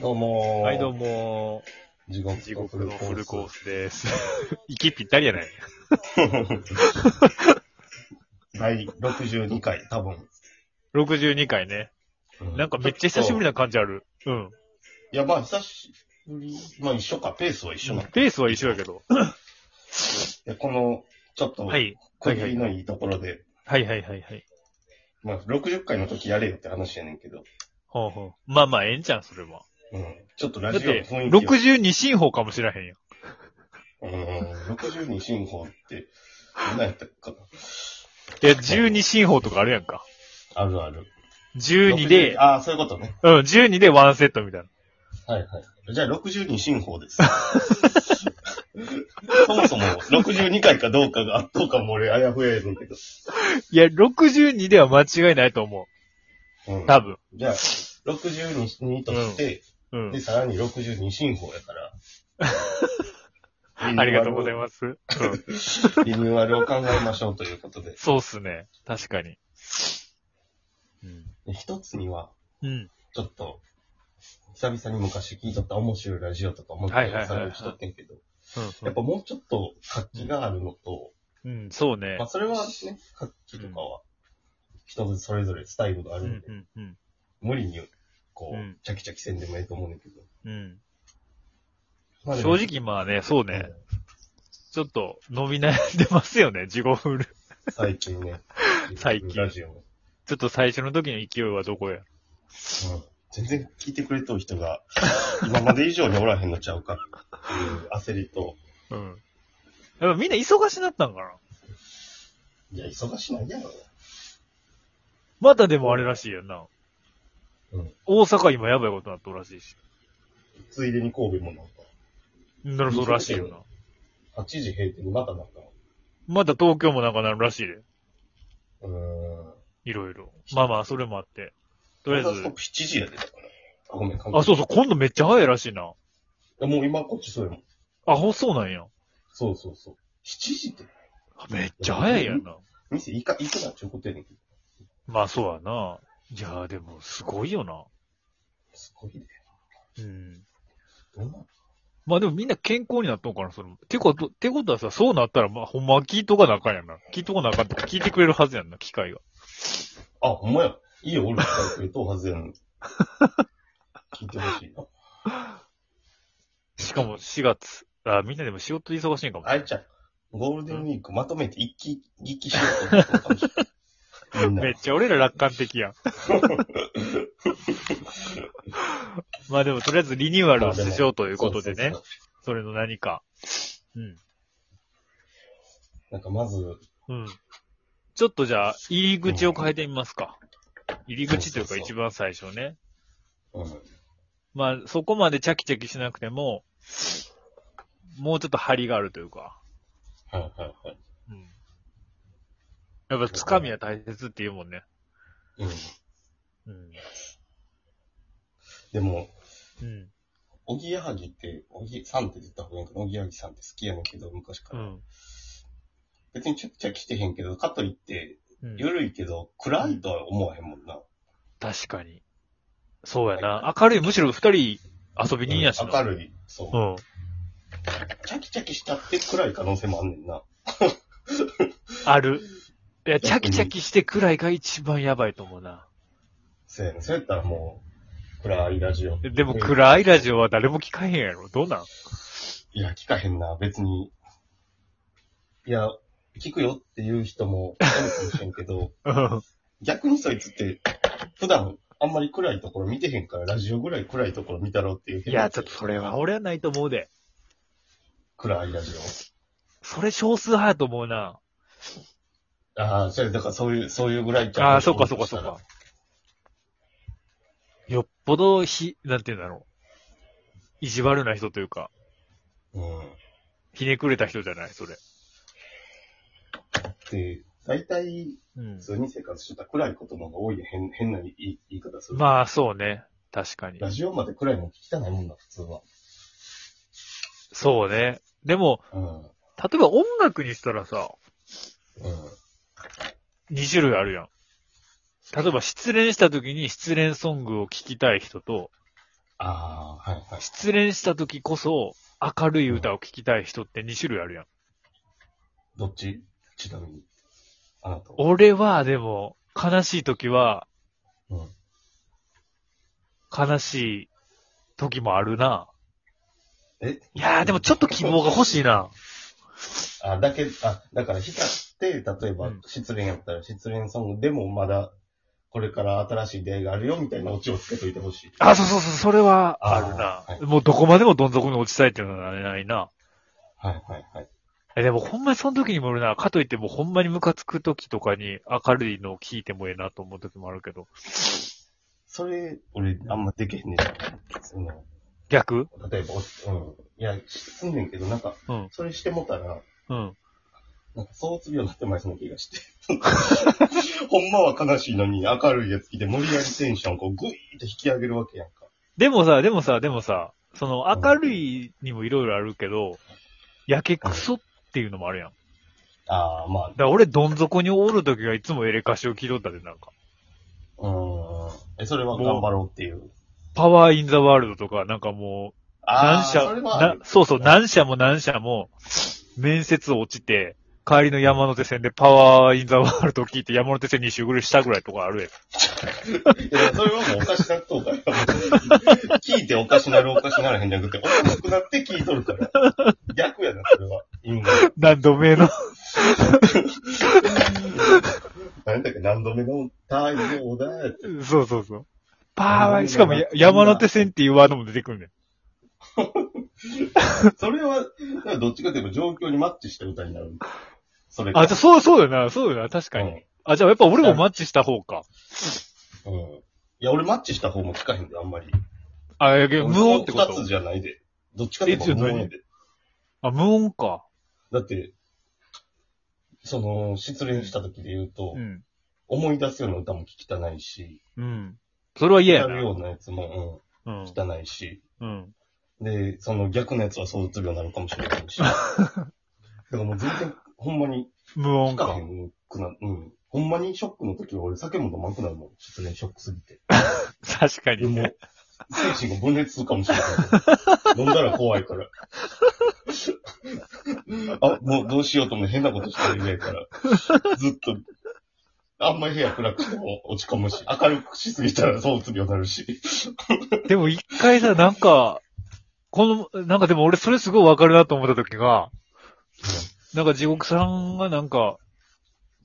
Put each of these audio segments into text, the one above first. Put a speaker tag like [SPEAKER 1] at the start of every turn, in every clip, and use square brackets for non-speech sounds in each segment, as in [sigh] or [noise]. [SPEAKER 1] どうもー
[SPEAKER 2] はい、どうも。
[SPEAKER 1] 地獄
[SPEAKER 2] 地獄のフルコー
[SPEAKER 1] ス。
[SPEAKER 2] スです。 [laughs] 息ぴったりやない
[SPEAKER 1] 第62回、多分。
[SPEAKER 2] ?62 回ね。なんかめっちゃ久しぶり
[SPEAKER 1] だ。
[SPEAKER 2] な感じある。うん。
[SPEAKER 1] いや、まあ久しぶり。まあ一緒か、ペースは一緒なんだ
[SPEAKER 2] ペースは一緒やけど。
[SPEAKER 1] いやこの、ちょっと
[SPEAKER 2] は、い。
[SPEAKER 1] 区切りのいいところで、
[SPEAKER 2] はいはいはいはい。
[SPEAKER 1] まあ60回の時やれよって話やねんけど、
[SPEAKER 2] ほうほう。まあまあ、ええんちゃん、それは。
[SPEAKER 1] うん。ちょっと
[SPEAKER 2] だ
[SPEAKER 1] ラ
[SPEAKER 2] っ
[SPEAKER 1] ジオの
[SPEAKER 2] て、
[SPEAKER 1] 雰囲気を。
[SPEAKER 2] 62進法かもしらへんやん。
[SPEAKER 1] うん、62進法って、何やったかな。
[SPEAKER 2] いや、12進法とかあるやんか。
[SPEAKER 1] あるある。
[SPEAKER 2] 12で
[SPEAKER 1] 62、ああ、そういうことね。
[SPEAKER 2] うん、12でワンセットみたいな。
[SPEAKER 1] はいはい。じゃあ62進法です。 [laughs] そもそも62回かどうかが圧倒感も俺あやふややねんけど。
[SPEAKER 2] いや、62では間違いないと思
[SPEAKER 1] うん
[SPEAKER 2] う。多分。
[SPEAKER 1] じゃあ、62として、
[SPEAKER 2] うん
[SPEAKER 1] で、。さらに62進法やから。
[SPEAKER 2] [laughs] ありがとうございます。 [laughs] うん。
[SPEAKER 1] す。リニューアルを考えましょうということで。
[SPEAKER 2] そうっすね。確かに。
[SPEAKER 1] で一つには、
[SPEAKER 2] うん。
[SPEAKER 1] ちょっと、久々に昔聞いとった面白いラジオとか思ったりされる人ってんけど、
[SPEAKER 2] うん
[SPEAKER 1] やっぱもうちょっと活気があるのと、
[SPEAKER 2] うん、そうね
[SPEAKER 1] まあ。それはね、活気とかは、人それぞれスタイルがあ
[SPEAKER 2] う
[SPEAKER 1] るん
[SPEAKER 2] ん
[SPEAKER 1] で、
[SPEAKER 2] うんうん
[SPEAKER 1] 無理に、こ
[SPEAKER 2] う、
[SPEAKER 1] うんチャキチャキせんでもいいと思うねんだけど。
[SPEAKER 2] うん
[SPEAKER 1] まあで
[SPEAKER 2] 正
[SPEAKER 1] も
[SPEAKER 2] 直まあね、そうね。ちょっと伸び悩んでますよ [laughs] ね、地獄フル。
[SPEAKER 1] 最近ね。
[SPEAKER 2] [laughs] 最近
[SPEAKER 1] ラジオも。
[SPEAKER 2] ちょっと最初の時の勢いはどこや。
[SPEAKER 1] うん全然聞いてくれとる人が、今まで以上におらへんのちゃうかっていう焦りと、
[SPEAKER 2] うん。やっぱみんな忙しなったんかない
[SPEAKER 1] や、忙しないやろ。
[SPEAKER 2] またでもあれらしいやんな。
[SPEAKER 1] うん
[SPEAKER 2] 大阪今やばいことになっとるらしいし。
[SPEAKER 1] ついでに神戸もなんか、
[SPEAKER 2] なるほどらしいよな。
[SPEAKER 1] 8時閉店にまたなんか、
[SPEAKER 2] また東京もなんかなるらしいで。
[SPEAKER 1] うーん。
[SPEAKER 2] いろいろ。まあまあ、それもあって。とりあえ
[SPEAKER 1] ストッ
[SPEAKER 2] ず。
[SPEAKER 1] プ7時やで、だから。あ、ごめん、関係ない
[SPEAKER 2] あ、そうそう、今度めっちゃ早いらしいな。
[SPEAKER 1] いやもう今こっちそうやもん。
[SPEAKER 2] あ、ほ、そうなんや。
[SPEAKER 1] そうそうそう。7時って、
[SPEAKER 2] めっちゃ早いやんな。
[SPEAKER 1] 店行か、行くなっちゅうことやねんけど。
[SPEAKER 2] まあそうやな。いやーでも、すごいよな。
[SPEAKER 1] すごいね。
[SPEAKER 2] うん。
[SPEAKER 1] どうなの
[SPEAKER 2] まあでもみんな健康になったのかな、その。てこと、ってことはさ、そうなったら、まあほんまは聞いとかなあかんやんな。聞いとかなあかんってか聞いてくれるはずやんな、機会が。
[SPEAKER 1] あ、ほんまや。いいよ、俺、聞いてくれとうはずやのに。聞いてほしいな。
[SPEAKER 2] しかも4月。あ、みんなでも仕事忙しいんかも。
[SPEAKER 1] あれちゃう。ゴールデンウィークまとめて一気、一気しようと思ったかもしれない。みんな。
[SPEAKER 2] めっちゃ俺ら楽観的やん。まあでもとりあえずリニューアルをしようということで
[SPEAKER 1] そ
[SPEAKER 2] ね
[SPEAKER 1] うそう。
[SPEAKER 2] それの何か。うん。
[SPEAKER 1] そうなんかまず、
[SPEAKER 2] うん。ちょっとじゃあ、入り口を変えてみますか。入り口という
[SPEAKER 1] そ
[SPEAKER 2] か
[SPEAKER 1] うそうそう
[SPEAKER 2] 一番最初ね。
[SPEAKER 1] うん。
[SPEAKER 2] まあ、そこまでチャキチャキしなくても、もうちょっと張りがあるというか。
[SPEAKER 1] はいはいはい。
[SPEAKER 2] うん。やっぱ、つかみは大切って言うもんね。
[SPEAKER 1] うん。
[SPEAKER 2] うん。
[SPEAKER 1] でも、
[SPEAKER 2] うん。
[SPEAKER 1] おぎやはぎって、おぎさんって言った方がいいかな。おぎやはぎさんって好きやねんけど、昔か
[SPEAKER 2] う
[SPEAKER 1] ら。
[SPEAKER 2] ん。
[SPEAKER 1] 別にちゃくちゃ来てへんけど、かといって、
[SPEAKER 2] うん、
[SPEAKER 1] ゆるいけど、暗いとは思わへんもんな。
[SPEAKER 2] 確かに。そうやな。明るい、むしろ二人遊び人やし
[SPEAKER 1] 明
[SPEAKER 2] な。
[SPEAKER 1] るい。そうう。
[SPEAKER 2] ん。
[SPEAKER 1] チャキチャキしたって暗い可能性もあんねんな。
[SPEAKER 2] ある。いや、チャキチャキしてくらいが一番やばいと思うな。
[SPEAKER 1] そうやねん。そうやったらもう、暗いラジオ。
[SPEAKER 2] でも、暗いラジオは誰も聞かへんやろ。どうなん
[SPEAKER 1] いや、聞かへんな、別に。いや、聞くよっていう人もいるかもしれんけど、 [laughs]
[SPEAKER 2] うん。
[SPEAKER 1] 逆にそいつって、普段あんまり暗いところ見てへんから、ラジオぐらい暗いところ見たろっていう。
[SPEAKER 2] いや、ちょっとそれは俺はないと思うで。
[SPEAKER 1] 暗いラジ
[SPEAKER 2] それ少数派やと思うな。
[SPEAKER 1] オ。ああ、それ、だからそういう、そういうぐらいちゃ
[SPEAKER 2] ああ、そうかそうかそうか。。よっぽど、ひ、なんて言うんだろう。意地悪な人というか、
[SPEAKER 1] うん。
[SPEAKER 2] ひねくれた人じゃない、それ。
[SPEAKER 1] で、大体、
[SPEAKER 2] うん
[SPEAKER 1] 普。通に生活してたら暗いことの方が多いね。変、変な言い言い方する。
[SPEAKER 2] まあ、そうね。確かに。
[SPEAKER 1] ラジオまで暗いもん聞きたないもんな、普通は。
[SPEAKER 2] そうね。でも、
[SPEAKER 1] うん。うん。
[SPEAKER 2] 例えば音楽にしたらさ、2種類あるやん。例えば失恋した時に失恋ソングを聴きたい人と、
[SPEAKER 1] ああ、はい、はい。
[SPEAKER 2] 失恋した時こそ、明るい歌を聴きたい人って2種類あるやん。
[SPEAKER 1] どっちちなみに。あなたは。
[SPEAKER 2] 俺は、でも、悲しい時は、
[SPEAKER 1] うん。
[SPEAKER 2] 悲しい時もあるな。
[SPEAKER 1] え
[SPEAKER 2] いやー、でもちょっと希望が欲しいな。
[SPEAKER 1] あ、だけ、あ、だから、ひたって、例えば
[SPEAKER 2] うん、
[SPEAKER 1] 失恋やったら、失恋ソングでもまだ、これから新しい出会いがあるよ、みたいなオチをつけといてほしい。
[SPEAKER 2] あ、そうそうそう、それはあるな。
[SPEAKER 1] あーはい
[SPEAKER 2] もうどこまでもどん底に落ちたいっていうのはないな。
[SPEAKER 1] はい、はい、はい。
[SPEAKER 2] え、でもほんまにその時にもよるな。かといってもうほんまにムカつく時とかに明るいのを聞いてもええなと思う時もあるけど。
[SPEAKER 1] それ、俺、あんまできへんねん。その、
[SPEAKER 2] 逆
[SPEAKER 1] 例えば、おうん。いや、しすんねんけど、なんか、
[SPEAKER 2] うん。
[SPEAKER 1] それしてもたら、
[SPEAKER 2] うん。
[SPEAKER 1] なんか、そうつ病になってまいそうな気が [laughs] して。ほんまは悲しいのに、明るいやつ来て、無理やりテンション、こう、ぐいーって引き上げるわけやんか。
[SPEAKER 2] でもさ、でもさ、でもさ、その明るいにもいろいろあるけど、やけくそっていうのもあるやん。だ
[SPEAKER 1] ああ、ま
[SPEAKER 2] から俺どん底におる時がいつもエレカシを聞いとったで、なんか。
[SPEAKER 1] あ、うーん。え、それは頑張ろうっていう。
[SPEAKER 2] パワーインザワールドとか、なんかもう、
[SPEAKER 1] あ
[SPEAKER 2] 何
[SPEAKER 1] あ、
[SPEAKER 2] 社
[SPEAKER 1] それはあ
[SPEAKER 2] な
[SPEAKER 1] る、
[SPEAKER 2] そうそう、何社も何社も、面接落ちて、帰りの山手線でパワーインザワールドを聞いて山手線2周ぐらいしたぐらいとかあるやん。
[SPEAKER 1] いや、それはもうおかしなっとうから。聞いておかしなるおかしならへんじゃなくて、おかしくなって聞いとるから。逆やな、それは。因果
[SPEAKER 2] 何度目の。
[SPEAKER 1] なんだっけ、何度目の太陽だって。
[SPEAKER 2] そうそうそう。パワー、しかもや山手線っていうワードも出てくるねん。
[SPEAKER 1] それは、どっちかというと状況にマッチした歌になる。それ
[SPEAKER 2] あ、じゃあそう、そうだよな、そうだよな、確かに。あ、じゃあやっぱ俺もマッチした方か。
[SPEAKER 1] うん。うん。いや、俺マッチした方も聞かへんで、あんまり。
[SPEAKER 2] あ、いや無音ってこ
[SPEAKER 1] 俺二
[SPEAKER 2] と
[SPEAKER 1] つじゃないで。どっちかというと無音やで。
[SPEAKER 2] あ、無音か。
[SPEAKER 1] だって、その、失恋した時で言うと、
[SPEAKER 2] うん。
[SPEAKER 1] 思い出すような歌も聞きたないし、
[SPEAKER 2] うん。それは嫌や
[SPEAKER 1] る
[SPEAKER 2] な。
[SPEAKER 1] ようなやつも、
[SPEAKER 2] う
[SPEAKER 1] うんん、。汚いし。
[SPEAKER 2] うん。
[SPEAKER 1] で、その逆のやつは相うつ病になるかもしれ
[SPEAKER 2] [laughs]
[SPEAKER 1] ないし。だからもう全然、ほんまに
[SPEAKER 2] 無音
[SPEAKER 1] 聞か
[SPEAKER 2] か
[SPEAKER 1] へ。んくな、うん。ほんまにショックの時は俺酒も飲まんくなるもん。失恋ショックすぎて。
[SPEAKER 2] [laughs] 確か
[SPEAKER 1] で
[SPEAKER 2] に。 [laughs]
[SPEAKER 1] も、精神が分裂するかもしれない。飲んだら怖いから。あ、もうどうしようとも変なことしてるぐらいから。ずっと、あんまり部屋暗くしても落ち込むし、明るくしすぎたらそううつ病になるし。
[SPEAKER 2] でも一回さ、なんか、この、なんかでも俺それすごいわかるなと思った時が、なんか地獄さんがなんか、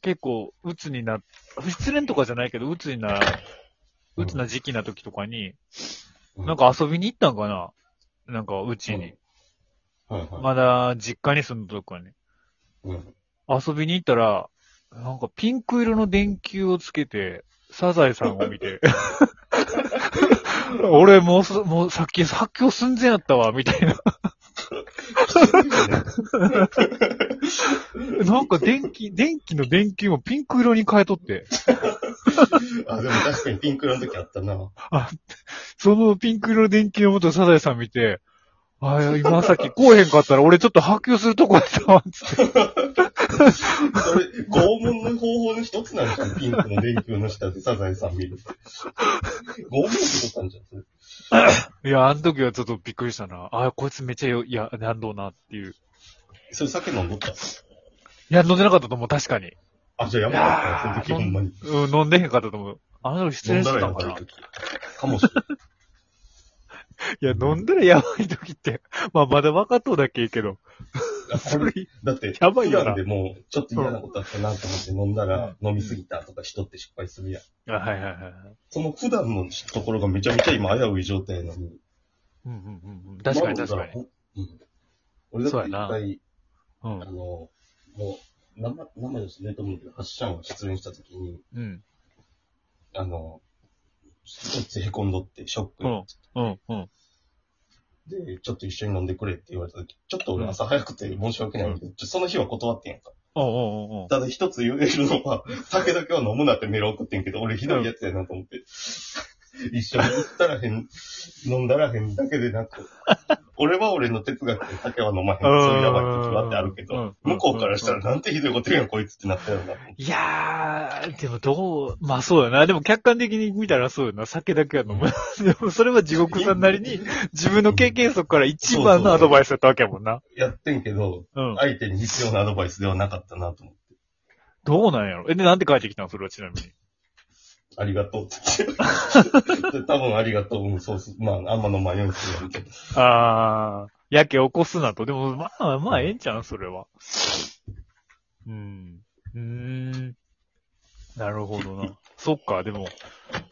[SPEAKER 2] 結構、鬱にな、失恋とかじゃないけど、鬱にな、鬱な時期な時とかに、
[SPEAKER 1] うん
[SPEAKER 2] なんか遊びに行ったんかななんか、うちに。
[SPEAKER 1] はいはい。
[SPEAKER 2] まだ、実家に住んだとかに。
[SPEAKER 1] うん。
[SPEAKER 2] 遊びに行ったら、なんかピンク色の電球をつけて、サザエさんを見て、俺もうす、もうさっき発狂寸前やったわ、みたいな。なんか電気、電気の電球もピンク色に変えとって、
[SPEAKER 1] あ、でも確かにピンク色の時あったな。
[SPEAKER 2] そのピンク色の電球を持ってサザエさん見て、ああ、今さっきこうへんかったら俺ちょっと発狂するとこやったわ、つって。
[SPEAKER 1] それ、拷問の方法の一つなんじゃん。ピンクの電球の下でサザエさん見るって。拷問ってことなんじゃん、それ。
[SPEAKER 2] いや、あの時はちょっとびっくりしたな。ああ、こいつめっちゃよ、いや、なんどうなっていう。
[SPEAKER 1] それ酒飲んどった。
[SPEAKER 2] いや、飲んでなかったと思う、確かに。
[SPEAKER 1] あ、じゃあや
[SPEAKER 2] い
[SPEAKER 1] ばかった、その時ほんまに。
[SPEAKER 2] うん、飲んでへんかったと思う。あの時失
[SPEAKER 1] 飲ん
[SPEAKER 2] 恋し
[SPEAKER 1] だ
[SPEAKER 2] て
[SPEAKER 1] ら
[SPEAKER 2] た
[SPEAKER 1] や
[SPEAKER 2] ん
[SPEAKER 1] ば
[SPEAKER 2] か
[SPEAKER 1] い
[SPEAKER 2] な。
[SPEAKER 1] 時。かもしれない。
[SPEAKER 2] いや、飲んだらやばい時って、 [laughs] まあまだ分かっとうだけいいけど、
[SPEAKER 1] あ
[SPEAKER 2] そ
[SPEAKER 1] これ
[SPEAKER 2] れ、 [laughs]
[SPEAKER 1] だって、
[SPEAKER 2] やばいよ
[SPEAKER 1] 普
[SPEAKER 2] な
[SPEAKER 1] 段でもう、ちょっと嫌なことあったなと思って飲んだら、飲みすぎたとか人って失敗するやん。
[SPEAKER 2] あ、はいはいはいはい。
[SPEAKER 1] その普段のところがめちゃめちゃ今危うい状態なのに。
[SPEAKER 2] うんうんうんうん。確かに確かに。
[SPEAKER 1] に。うん。俺だって一
[SPEAKER 2] そう
[SPEAKER 1] 回、
[SPEAKER 2] うん
[SPEAKER 1] あ。の、もう、生、生ですねと思うけど、発車を失恋した時に、
[SPEAKER 2] うん。
[SPEAKER 1] あの、一つ凹んどって、ショック
[SPEAKER 2] う
[SPEAKER 1] で、
[SPEAKER 2] ん。うん。うん。
[SPEAKER 1] で、ちょっと一緒に飲んでくれって言われた時、ちょっと俺
[SPEAKER 2] うん
[SPEAKER 1] 朝早くて申し訳ないんだけど、ちょその日は断ってんやんか。
[SPEAKER 2] おうおうおうおう
[SPEAKER 1] ただ一つ言えるのは、酒だけは飲むなってメール送ってんけど、俺ひどいやつやなと思って。一緒に行ったらへ [laughs] ん、飲んだらへんだけでなく、俺は俺の哲学で酒は飲まへん、そういうやばい時はってあるけ
[SPEAKER 2] うん
[SPEAKER 1] ど、向こうからしたらなんてひどいこと言うんやこいつってなったよな。
[SPEAKER 2] いやー、でもどう、まあそうやな。でも客観的に見たらそうやな。酒だけは飲 [laughs] む。でもそれは地獄さんなり [laughs] に自分の経験則から一番のアドバイスだったわけやもんな。
[SPEAKER 1] やってんけど、
[SPEAKER 2] うん。
[SPEAKER 1] 相手に必要なアドバイスではなかったなと思って。
[SPEAKER 2] どうなんやろえ、で、なんて書いてきたのそれはちなみに。
[SPEAKER 1] ありがとうって言って。 [laughs] 多分ありがとう。うん、そうそう。まあ、あんま飲まんようにするやるけど。
[SPEAKER 2] あー、やけ起こすなと。でも、まあまあ、ええんちゃうそれは。うん。うーん。なるほどな。そっか、でも、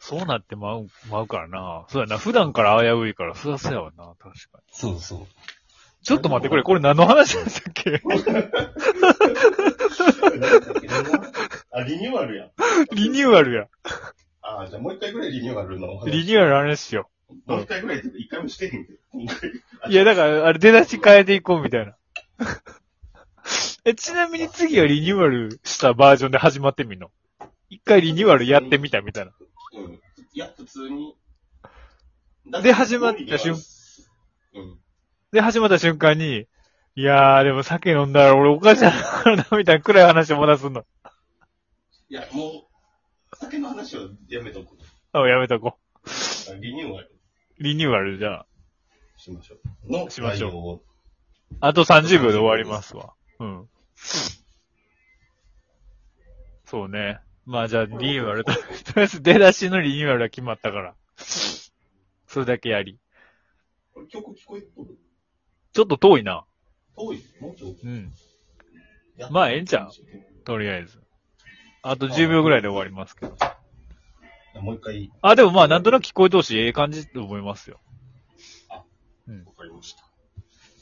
[SPEAKER 2] そうなってまう、まうからな。そうやな。普段から危ういから、そらそうやわな。確かに。
[SPEAKER 1] そう [laughs] そう。
[SPEAKER 2] ちょっと待って、これ、これ何の話なんだっ [laughs] け
[SPEAKER 1] あ、リニューアルや。
[SPEAKER 2] リニューアルや。
[SPEAKER 1] ああ、じゃあもう一回ぐらいリニューアルのお話。
[SPEAKER 2] リニューアルの話しよ
[SPEAKER 1] もう一回ぐらいっていうか一回もしてへんけど。
[SPEAKER 2] う。いや、だから、あれ、出だし変えていこうみたいな。 [laughs] え、ちなみに次はリニューアルしたバージョンで始まってみんの一回リニューアルやってみたみたいな。
[SPEAKER 1] うん。いや、普通に。
[SPEAKER 2] で始まった瞬
[SPEAKER 1] うん。
[SPEAKER 2] で、始まった瞬間に、いやー、でも酒飲んだら俺おかしなるな、みたいな暗い話をまだすんの。
[SPEAKER 1] いや、もう、酒の話はやめとく。
[SPEAKER 2] あ、やめとこ
[SPEAKER 1] リニューアル
[SPEAKER 2] う。リニューアルじゃあ。
[SPEAKER 1] しましょう。の
[SPEAKER 2] しましょう
[SPEAKER 1] 内容を
[SPEAKER 2] あと30秒で終わりますわ。うん。そうね。まあじゃあリニューアルと、とりあえず出だしのリニューアルは決まったから。それだけやり。
[SPEAKER 1] これ曲聞こえとる
[SPEAKER 2] ちょっと遠いな。
[SPEAKER 1] 遠い。もうちょっと
[SPEAKER 2] うん。
[SPEAKER 1] やっ。
[SPEAKER 2] まあええんちゃう
[SPEAKER 1] い
[SPEAKER 2] とりあえず。あと10秒ぐらいで終わりますけど。
[SPEAKER 1] やもう一回、
[SPEAKER 2] あ、でもまあなんとなく聞こえ通しええ感じと思いますよ。
[SPEAKER 1] わかりました。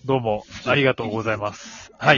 [SPEAKER 2] どうもありがとうございます。はい。